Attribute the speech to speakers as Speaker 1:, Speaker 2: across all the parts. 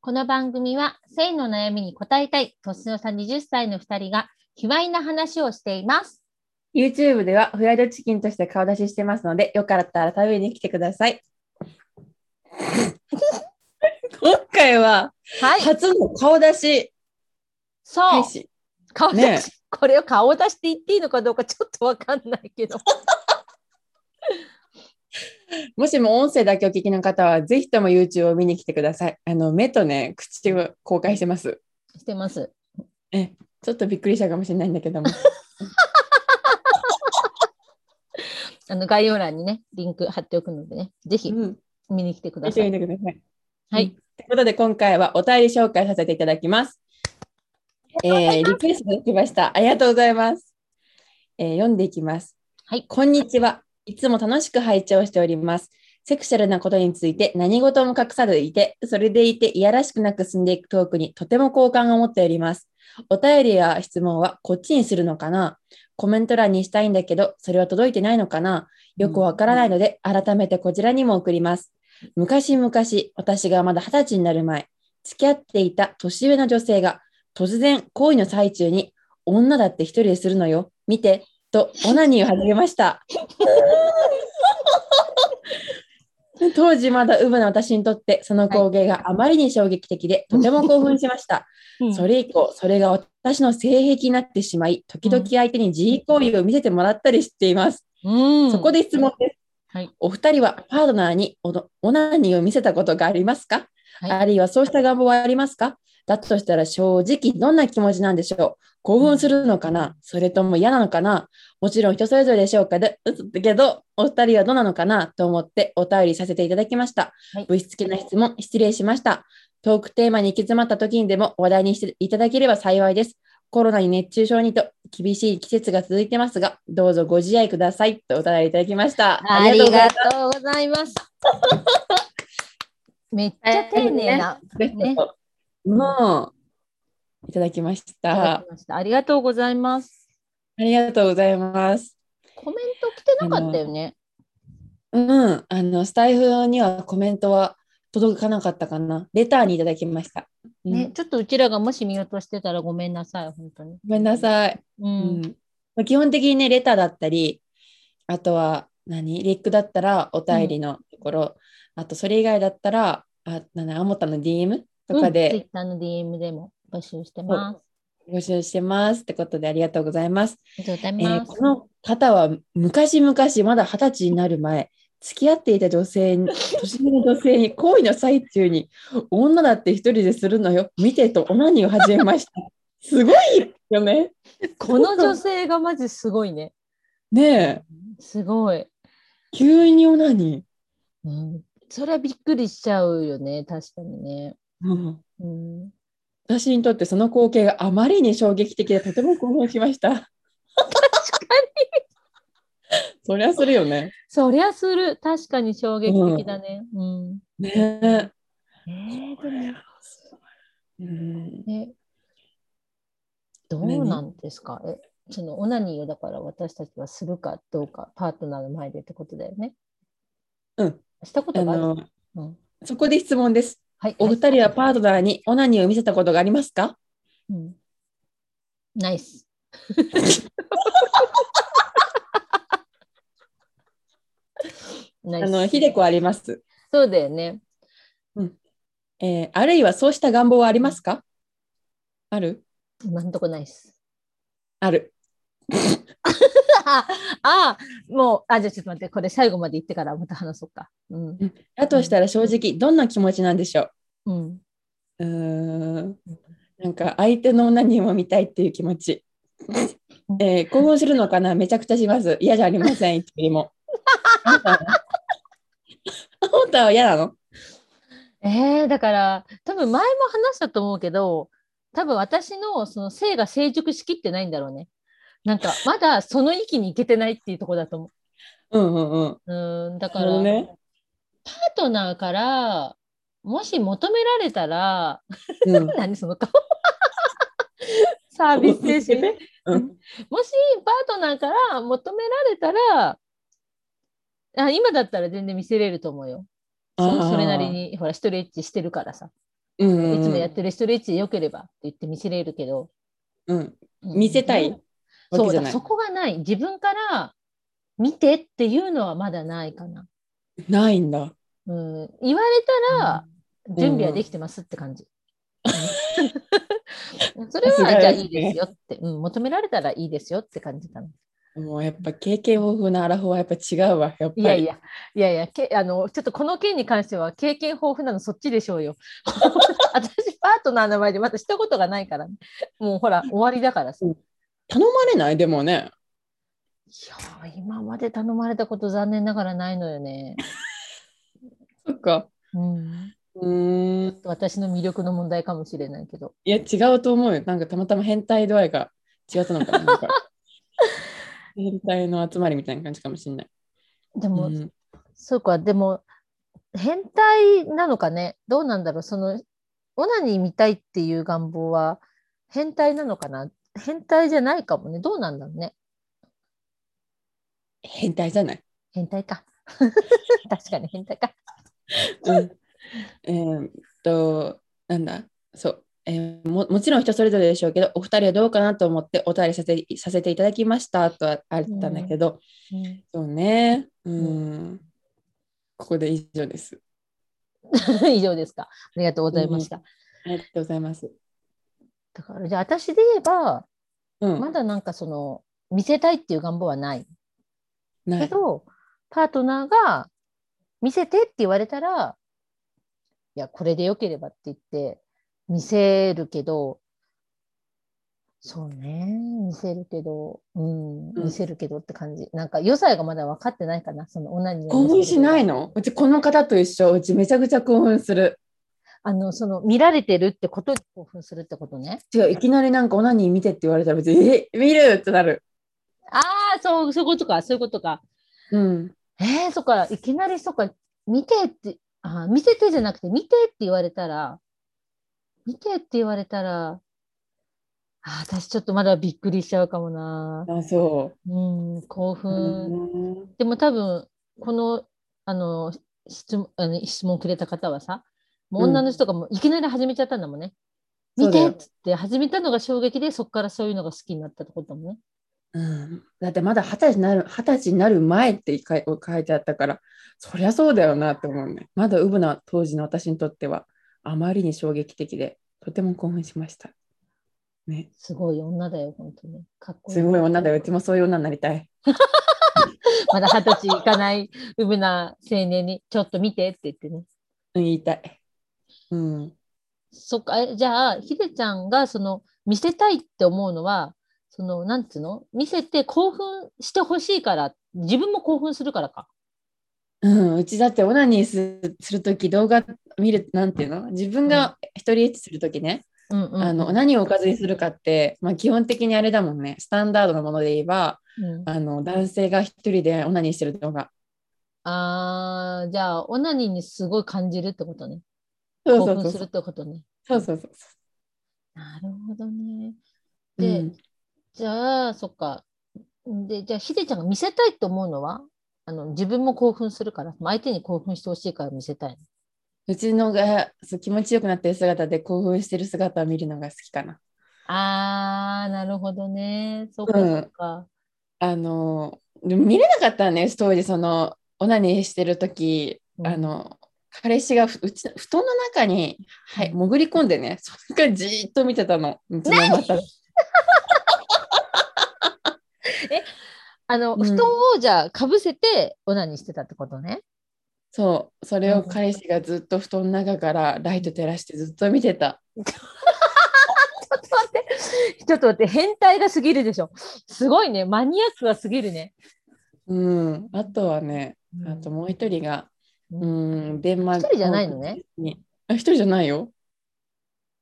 Speaker 1: この番組は性の悩みに答えたい年の差20歳の2人が卑猥な話をしています。
Speaker 2: YouTube ではフライドチキンとして顔出ししてますので、よかったら食べに来てください。今回は
Speaker 1: はい、
Speaker 2: 初の顔出し
Speaker 1: そう
Speaker 2: 配、信。
Speaker 1: 顔出し、
Speaker 2: ね
Speaker 1: これを顔出して言っていいのかどうかちょっとわかんないけど、
Speaker 2: もしも音声だけお聞きの方は、ぜひとも YouTube を見に来てください。あの目とね、口を公開してます。
Speaker 1: してます。
Speaker 2: ちょっとびっくりしたかもしれないんだけども。
Speaker 1: あの概要欄にね、リンク貼っておくのでね、ぜひ
Speaker 2: うん
Speaker 1: 見に来てくだ
Speaker 2: 見
Speaker 1: さ
Speaker 2: て
Speaker 1: い。
Speaker 2: みてください。
Speaker 1: はい
Speaker 2: うん。ということで、今回はお便り紹介させていただきます。えー、リクエストいただきました。ありがとうございます。えー読んでいきます。
Speaker 1: はい
Speaker 2: こんにちは。いつも楽しく拝聴しております。セクシャルなことについて何事も隠さずいて、それでいていやらしくなく進んでいくトークにとても好感を持っております。お便りや質問はこっちにするのかなコメント欄にしたいんだけど、それは届いてないのかなよくわからないので、改めてこちらにも送ります。昔々、私がまだ二十歳になる前、付き合っていた年上の女性が、突然、行為の最中に、女だって一人でするのよ、見て、と、オナニーを始めました。 当時まだウブな私にとって、その光景があまりに衝撃的で、とても興奮しました。
Speaker 1: うん
Speaker 2: それ以降、それが私の性癖になってしまい、時々相手に自慰行為を見せてもらったりしています。
Speaker 1: うん
Speaker 2: そこで質問です。
Speaker 1: はい
Speaker 2: お二人はパートナーにおどオナニーを見せたことがありますか、
Speaker 1: はい
Speaker 2: あるいはそうした願望はありますかだとしたら正直どんな気持ちなんでしょう興奮するのかなそれとも嫌なのかなもちろん人それぞれでしょうかでだけど、お二人はどうなのかなと思ってお便りさせていただきました。
Speaker 1: はい
Speaker 2: 物質的な質問、失礼しました。トークテーマに行き詰まった時にでも話題にしていただければ幸いです。コロナに熱中症にと厳しい季節が続いてますが、どうぞご自愛くださいとお便りいただきました。
Speaker 1: あり
Speaker 2: あ
Speaker 1: が
Speaker 2: り
Speaker 1: とうございます。めっちゃ丁寧な。
Speaker 2: がとうございます。もう、いただきまし
Speaker 1: いただ
Speaker 2: た。
Speaker 1: きましたありがとうございます。
Speaker 2: ありがとうございます。
Speaker 1: コメント来てなかったよね。
Speaker 2: うん、あのスタイフにはコメントは届かなかったかな。レターにいただきました。うん
Speaker 1: ね、ちょっとうちらがもし見落としてたらごめんなさい、本当に。
Speaker 2: ごめんなさい。
Speaker 1: う。
Speaker 2: うんんまあ基本的にね、レターだったり、あとは何、リックだったらお便りのところ、あとそれ以外だったら、あ、なんだ、あもたの DM とか
Speaker 1: ツイッ
Speaker 2: で
Speaker 1: ターの DM でも募集してま
Speaker 2: 募集してますってことでありがとうございます。
Speaker 1: す。ありがとうござい
Speaker 2: えー
Speaker 1: ます。
Speaker 2: この方は昔々まだ二十歳になる前付き合っていた女 性に年上の女性に行為の最中に女だって一人でするのよ見てとオナニーを始めましたすごいよね
Speaker 1: この女性がマジすごいね。
Speaker 2: ねえ
Speaker 1: すごい。
Speaker 2: 急にオナニ
Speaker 1: うん、それはびっくりしちゃうよね、確かにね。
Speaker 2: ー、うん
Speaker 1: うん、
Speaker 2: 私にとってその光景があまりに衝撃的でとても興奮しました
Speaker 1: 確かに。
Speaker 2: そりゃするよね
Speaker 1: そりゃする。確かに衝撃的だね。うん。
Speaker 2: ねえ
Speaker 1: えー
Speaker 2: これはすごいうん
Speaker 1: ね、どうなんですか、えそのオナニーをだから私たちはするかどうかパートナーの前でってことだよね。
Speaker 2: うん。
Speaker 1: したこ
Speaker 2: あ
Speaker 1: とがある。
Speaker 2: の
Speaker 1: うん
Speaker 2: そこで質問です
Speaker 1: はい、
Speaker 2: お二人はパートナーにオナニーを見せたことがありますか
Speaker 1: うん、ナイ ス。ナイ
Speaker 2: あ
Speaker 1: ス
Speaker 2: の、ひでこあります、
Speaker 1: そうだよね。
Speaker 2: えーあるいはそうした願望はありますかある
Speaker 1: 今んとこナイス。
Speaker 2: ある。
Speaker 1: ああ、もう、あ、じゃあちょっと待って、これ最後まで言ってからまた話そうか。うん。
Speaker 2: だとしたら正直、どんな気持ちなんでしょ
Speaker 1: うん。
Speaker 2: ううーん。なんか、相手のオナニーも見たいっていう気持ち。えー興奮するのかなめちゃくちゃします。嫌じゃありま せん、一人も。あなたはあなたは嫌なの
Speaker 1: えー、だから多分前も話したと思うけど多分私のその性が成熟しきってないんだろうねなんかまだその域に行けてないっていうところだと思
Speaker 2: うんうんうん。
Speaker 1: ううんだか
Speaker 2: なる
Speaker 1: ら、
Speaker 2: ほどね。
Speaker 1: パートナーからもし求められたら
Speaker 2: うん。
Speaker 1: 何その顔サービス精神
Speaker 2: うん。
Speaker 1: もしパートナーから求められたらあ今だったら全然見せれると思うよそそれなりにほらストレッチしてるからさ
Speaker 2: うんうん、
Speaker 1: いつもやってる一人一人でよければって言って見せれるけど、
Speaker 2: うん、
Speaker 1: うん
Speaker 2: 見せたいわ
Speaker 1: そ
Speaker 2: け
Speaker 1: う
Speaker 2: じゃ
Speaker 1: だ
Speaker 2: ない
Speaker 1: そこがない自分から見てっていうのはまだないかな、
Speaker 2: ないんだ。
Speaker 1: うん、言われたら準備はできてますって感じ、うんそれ
Speaker 2: さす
Speaker 1: は
Speaker 2: が
Speaker 1: じ
Speaker 2: ですね
Speaker 1: ゃあいいですよって、うん、求められたらいいですよって感じかな
Speaker 2: もうやっぱ経験豊富なアラフォーはやっぱ違うわ。やっぱり
Speaker 1: いやいや、いやいや、けあのちょっとこの件に関しては経験豊富なのそ っちでしょうよ。私、パートナーの前でまたしたことがないから、もうほら、終わりだからさ。
Speaker 2: う
Speaker 1: い
Speaker 2: ん頼まれないでもね。
Speaker 1: やー、今まで頼まれたこと残念ながらないのよね。
Speaker 2: そっか。
Speaker 1: うん、
Speaker 2: うーん。
Speaker 1: 私の魅力の問題かもしれないけど。
Speaker 2: いや違うと思うよ。なんかたまたま変態度合いが違ったの かな。なんか変態の集まりみたいな感じかもしれない。
Speaker 1: でも、
Speaker 2: うん
Speaker 1: そうか、でも、変態なのかね、どうなんだろう、その、オナニー見たいっていう願望は、変態なのかな、変態じゃないかもね、どうなんだろうね。
Speaker 2: 変態じゃない。
Speaker 1: 変態か。 確かに変態か。
Speaker 2: うん、えーっと、なんだ、そう、えーも、もちろん人それぞれでしょうけど、お二人はどうかなと思ってお便りさせさせていただきましたとはあったんだけど、そうね、うん、ここで以上です。
Speaker 1: 以上ですか。ありがとうございました。
Speaker 2: ありがとうございます。
Speaker 1: だからじゃあ私で言えば、
Speaker 2: うん、
Speaker 1: まだなんかその見せたいっていう願望はない
Speaker 2: な
Speaker 1: け
Speaker 2: い。
Speaker 1: ど、パートナーが見せてって言われたら、いやこれでよければって言って見せるけど、そうね見せるけど、うん、見せるけどって感じ。なんか良さがまだ分かってないかな。その女に
Speaker 2: 興奮しないのうちこの方と一緒、うちめちゃくちゃ興奮する。
Speaker 1: あの、その、見られてるってことに興奮するってことね。
Speaker 2: 違う、いきなりなんかオナニー見てって言われたら別に、え、見るってなる。
Speaker 1: ああ、そう、そういうことか、そういうことか。
Speaker 2: うん、
Speaker 1: えー、そっか、いきなりそっか、見てって、あー見せてじゃなくて、見てって言われたら、見てって言われたら、あー私ちょっとまだびっくりしちゃうかもな。
Speaker 2: あ、そ
Speaker 1: うん、興
Speaker 2: う。
Speaker 1: 奮。
Speaker 2: うん
Speaker 1: でも多分、この、あの、質問あの質問くれた方はさ、もう女の人がもういきなり始めちゃったんだもんね。
Speaker 2: そ
Speaker 1: 見
Speaker 2: うだ
Speaker 1: て
Speaker 2: よ
Speaker 1: っつって始めたのが衝撃で、そこからそういうのが好きになったってことだもんね。
Speaker 2: うん、だってまだ二十歳になる二十歳になる前って書い書いてあったからそりゃそうだよなって思うねまだウブな当時の私にとってはあまりに衝撃的でとても興奮しましたね
Speaker 1: すごい女だよ、本当に。かっこいい。
Speaker 2: すごい女だようちもそういう女になりたい
Speaker 1: まだ二十歳いかない、うぶな青年に、ちょっと見てって言ってね。
Speaker 2: うん言いたいうん
Speaker 1: そっか、えじゃあ、ひでちゃんが、その、見せたいって思うのは、その、なんつうの見せて興奮してほしいから、自分も興奮するからか。
Speaker 2: うん、うちだってオナニーすするとき動画見るなんていうの自分が一人エッチするときね、
Speaker 1: うんうん、うん。
Speaker 2: あの何をおかずにするかって、まあ、基本的にあれだもんねスタンダードなもので言えば
Speaker 1: うん
Speaker 2: あの男性が一人でオナニーしてる動画
Speaker 1: あーじゃあ、オナニーにすごい感じるってことね。
Speaker 2: そう
Speaker 1: 興
Speaker 2: そうそ
Speaker 1: 奮す
Speaker 2: うそ
Speaker 1: るっ
Speaker 2: う。
Speaker 1: てことね。
Speaker 2: そうそうそうそ
Speaker 1: なるほどね。
Speaker 2: う。
Speaker 1: で、
Speaker 2: うん
Speaker 1: じゃあ、そっか。で、じゃあ、ひでちゃんが見せたいと思うのは、あの自分も興奮するから、相手に興奮してほしいから見せたい。
Speaker 2: うちのがそう気持ちよくなってる姿で興奮してる姿を見るのが好きかな。
Speaker 1: あー、なるほどね。そっか、
Speaker 2: うん
Speaker 1: そっか。
Speaker 2: あのでも見れなかったんです当時そのオナニーしてる時、
Speaker 1: うん
Speaker 2: あの彼氏がふうちの布団の中に、はい、
Speaker 1: うん
Speaker 2: 潜り込んでねそれからじーっと見てたの。うちの股
Speaker 1: あの、
Speaker 2: うん
Speaker 1: 布団をじゃあ、かぶせて、オナニーしてたってことね。
Speaker 2: そうそれを彼氏がずっと布団の中からライト照らしてずっと見てた。
Speaker 1: ちょっと待って、ちょっと待って、変態が過ぎるでしょ。すごいね、マニアックが過ぎるね。
Speaker 2: うん、あとはねあともう一人が、
Speaker 1: う
Speaker 2: うんん、デンマーク
Speaker 1: 一人じゃないのね
Speaker 2: にあ一人じゃないよ。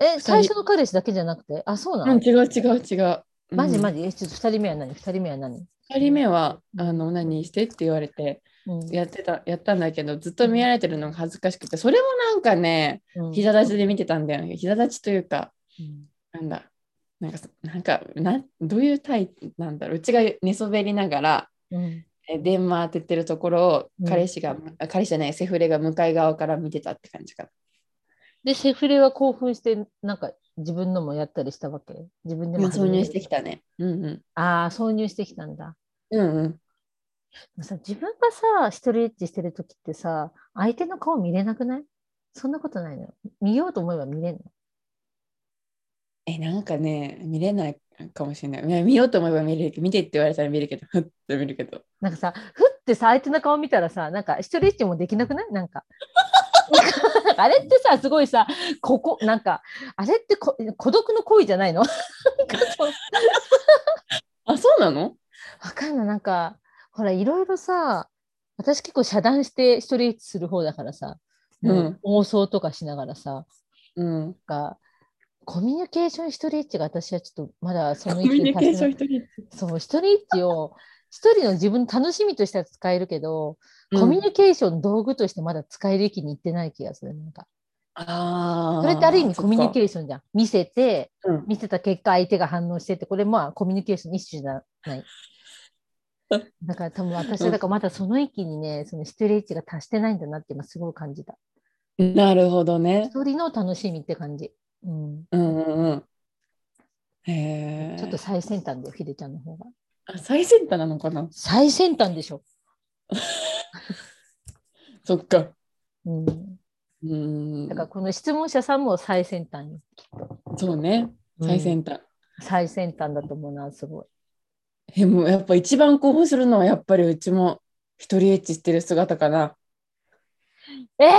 Speaker 1: え、
Speaker 2: 人
Speaker 1: 最初の彼氏だけじゃなくて、あ、そうな
Speaker 2: う
Speaker 1: の、
Speaker 2: ん、違う違う違う。
Speaker 1: マジマ
Speaker 2: ジ。
Speaker 1: ジ、え、ちょっと2人目は何 ?2 人目は何、
Speaker 2: 2人目は
Speaker 1: う、ん
Speaker 2: あの、何してって言われて、
Speaker 1: うん
Speaker 2: やってた、やったんだけど、ずっと見られてるのが恥ずかしくて、それもなんかね、
Speaker 1: うん
Speaker 2: 膝立ちで見てたんだよね。膝立ちというか、
Speaker 1: うん
Speaker 2: なんだ、なんか、なんか、なんどういうタイプなんだろう。うちが寝そべりながら、
Speaker 1: うん
Speaker 2: え電話当ててるところを
Speaker 1: うん
Speaker 2: 彼氏が、あ彼氏じゃないセフレが向かい側から見てたって感じか
Speaker 1: で、セフレは興奮して、なんか自分のもやったりしたわけ自分でも
Speaker 2: 今
Speaker 1: 始
Speaker 2: 挿
Speaker 1: め
Speaker 2: 入
Speaker 1: る
Speaker 2: してきたね。うんうん。
Speaker 1: ああ、挿入してきたんだ。
Speaker 2: うんうん。
Speaker 1: さ自分がさ、一人エッチしてるときってさ、相手の顔見れなくないそんなことないのよ。見ようと思えば見れんの。
Speaker 2: え、なんかね、見れないかもしれないいや。見ようと思えば見れるけど、見てって言われたら見るけど、ふっと見るけど。
Speaker 1: なんかさ、ふってさ、相手の顔見たらさ、なんか一人エッチもできなくないなんか。なんかあれってさ、すごいさ、ここ、なんか、あれってこ孤独の行為じゃないのなんかそう
Speaker 2: あ、そうなの
Speaker 1: わかんない。なんか、ほら、いろいろさ、私結構遮断して一人エッチする方だからさ、
Speaker 2: うん
Speaker 1: 妄想とかしながらさ、
Speaker 2: うん。
Speaker 1: なんか、コミュニケーション一人エッチが私はちょっとまだそ
Speaker 2: コ
Speaker 1: の
Speaker 2: ミュニケー
Speaker 1: せ
Speaker 2: ショ
Speaker 1: な
Speaker 2: ン一人。
Speaker 1: そう、一人エッチを、一人の自分の楽しみとしては使えるけど、コミュニケーション道具としてまだ使える域に行ってない気がする。なんか
Speaker 2: ああ。
Speaker 1: それってある意味コミュニ
Speaker 2: ー
Speaker 1: ケーションじゃん。見せて、
Speaker 2: ション。
Speaker 1: 見せた結果相手が反応してって、これまあコミュニケーションの一種じゃ ない。だから多分私はだからまだその域にね、その一人エッチが達してないんだなって今すごい感じた。
Speaker 2: うんなるほどね。
Speaker 1: 一人の楽しみって感じ。うん。
Speaker 2: うんうんうん。へえ。
Speaker 1: ちょっと最先端だよ、ひでちゃんの方が。
Speaker 2: あ最先端なのかな
Speaker 1: 最先端でしょ。
Speaker 2: そっか。
Speaker 1: うん。
Speaker 2: うん。
Speaker 1: だからこの質問者さんも最先端よ
Speaker 2: そうね。最先端。
Speaker 1: 最先端だと思うな、すごい。
Speaker 2: え、もうやっぱ一番興奮するのはやっぱりうちも一人エッチしてる姿かな。
Speaker 1: ええ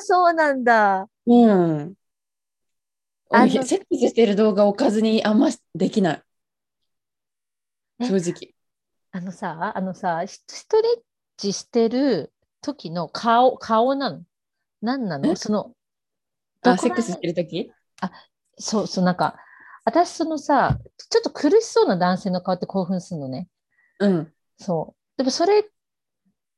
Speaker 1: そうなんだ。
Speaker 2: うん。
Speaker 1: あの
Speaker 2: いやセックスしてる動画をおかずにあんましできない。
Speaker 1: え
Speaker 2: 正直。
Speaker 1: あのさ、あのさ、ひストレッチしてる時の顔、顔なの何なの
Speaker 2: え
Speaker 1: その、ど
Speaker 2: あ、
Speaker 1: こ
Speaker 2: セッ
Speaker 1: ら
Speaker 2: クス
Speaker 1: 辺
Speaker 2: してる時
Speaker 1: そうそう、なんか、私そのさ、ちょっと苦しそうな男性の顔って興奮するのね。
Speaker 2: うん。
Speaker 1: そう。でもそれっ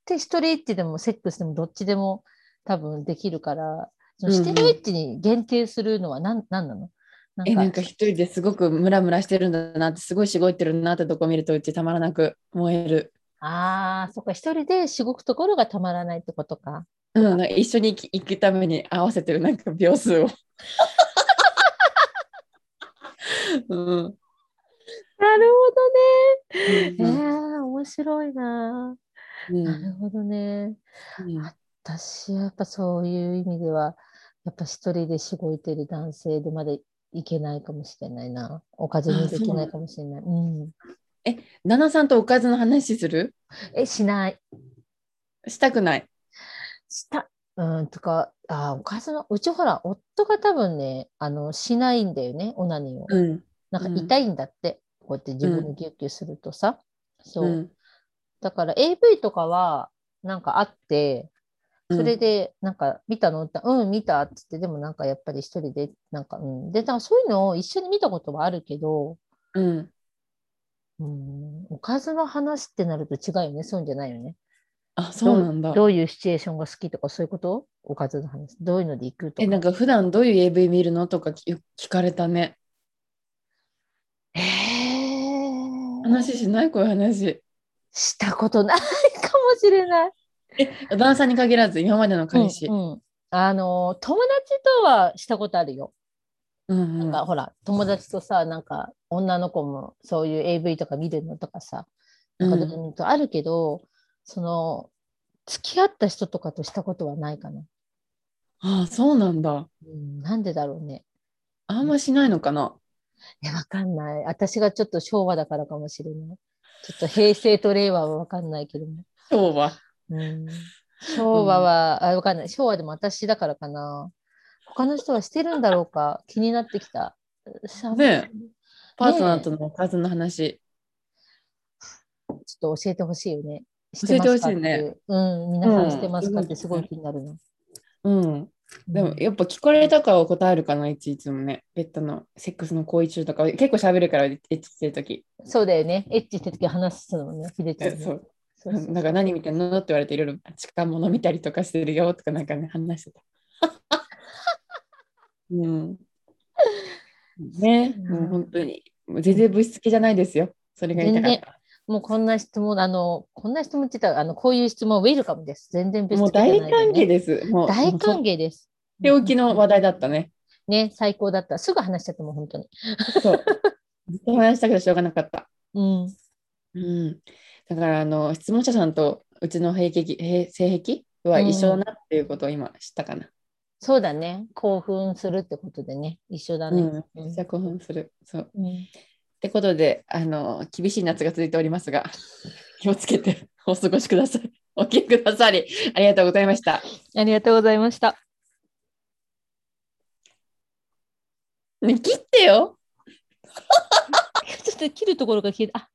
Speaker 1: てストレッチでもセックスでもどっちでも多分できるから、その
Speaker 2: うんう
Speaker 1: ス
Speaker 2: ん
Speaker 1: トレッチに限定するのは何,、ん、何なのな
Speaker 2: え、
Speaker 1: んか
Speaker 2: なんか一人ですごくムラムラしてるんだなって、すごいしごいてるなってとこ見るとうちたまらなく燃える。
Speaker 1: ああ、そっか、一人でしごくところがたまらないってことか。
Speaker 2: うん、なんか一緒に行き行くために合わせてるなんか秒 数を。うん、
Speaker 1: なる
Speaker 2: う
Speaker 1: ほどね。
Speaker 2: ん
Speaker 1: えー、面白いな。
Speaker 2: うん
Speaker 1: なるほどね。私はやっぱそういう意味では、やっぱ一人でしごいてる男性でまだいけないかもしれないな。おかずにできないかもしれない。うん。
Speaker 2: 旦那さんとおかずの話する
Speaker 1: え、しない。
Speaker 2: したくない。
Speaker 1: した。うん、とか、あーおかずの、うちほら、夫が多分ね、あの、しないんだよね、オナニーを。
Speaker 2: うん。
Speaker 1: なんか痛いんだって、こうやって自分にギュッギュッするとさ。そう。
Speaker 2: うん
Speaker 1: だから AV とかはなんかあって、それ、でなんか見たのって、うん、見たって言って、でもなんかやっぱり一人で、なんか、うん。で、だからそういうのを一緒に見たことはあるけど、
Speaker 2: うん。
Speaker 1: うん、おかずの話ってなると違うよね、そういうんじゃないよね。
Speaker 2: あ、そうなんだ。
Speaker 1: どういうシチュエーションが好きとかそういうことおかずの話。どういうので行くとか。
Speaker 2: え、なんか普段どういう AV 見るのとかきよ聞かれたね。
Speaker 1: えー
Speaker 2: 話しないこういう話。
Speaker 1: したことないかもしれない。
Speaker 2: え、旦那さんに限らず、今までの彼氏。
Speaker 1: うんうんあの、友達とはしたことあるよ。
Speaker 2: うん
Speaker 1: なんかほら友達とさなんか女の子もそういう AV とか見るのとかさなんかどこにとあるけど、その付き合った人とかとしたことはないかな、
Speaker 2: あ、そうなんだ。
Speaker 1: うん、なんでだろうね
Speaker 2: あんましないのかな。
Speaker 1: えわかんない私がちょっと昭和だからかもしれないちょっと平成と令和はわかんないけども、
Speaker 2: 今日は。
Speaker 1: うん、昭和は、あわかんない昭和でも私だからかな他の人はしてるんだろうか 気になってきた
Speaker 2: ねパートナーとのおかずの話。
Speaker 1: ちょっと教えてほしいよね。
Speaker 2: 教えてほしいね
Speaker 1: しうん、皆さ
Speaker 2: うん
Speaker 1: んしてますかってす
Speaker 2: す
Speaker 1: ご
Speaker 2: ごい
Speaker 1: い気になるの。
Speaker 2: うん。で
Speaker 1: う
Speaker 2: も
Speaker 1: ん
Speaker 2: やっぱ聞かれたから答えるかな、いちいつもね。ベッドのセックスの行為中とか、結構喋るから、エッチしてるとき。
Speaker 1: そうだよね。エッチしてる時話すのもね、ひでちゃんね。
Speaker 2: そう。
Speaker 1: そうそう
Speaker 2: なんか何見てんのって言われていろいろ近物見たりとかしてるよとかなんかね、話してた。 うん。ね、
Speaker 1: うん
Speaker 2: もう本当に。もう全然物質系じゃないですよ。それが言いたかっ
Speaker 1: もうこんな質問、あの、こんな質問って言ったら、あの、こういう質問ウェルカムです。全然
Speaker 2: た。
Speaker 1: 別
Speaker 2: もう大歓迎
Speaker 1: す。
Speaker 2: です。もう
Speaker 1: 大
Speaker 2: も
Speaker 1: 歓
Speaker 2: う
Speaker 1: 迎です。
Speaker 2: 病気の話題だったね。
Speaker 1: ね、最高だった。すぐ話しちゃったもん、本当に。
Speaker 2: そう。 ずっと話したけどしょうがなかった。
Speaker 1: うん。
Speaker 2: うん。だから、あの、質問者さんとうちの平気、平性癖は一緒だなっていうことを今知ったかな。
Speaker 1: そうだね。興奮するってことでね。一緒だ
Speaker 2: う
Speaker 1: ね。
Speaker 2: ん。めっちゃ興奮する。そう。
Speaker 1: うん
Speaker 2: ってことで、あの、厳しい夏が続いておりますが、 気をつけてお過ごしください。お聞きくださり、ありがとうございました。
Speaker 1: ありがとうございました。
Speaker 2: ね、切ってよ
Speaker 1: ちょっと切るところが消えた。あ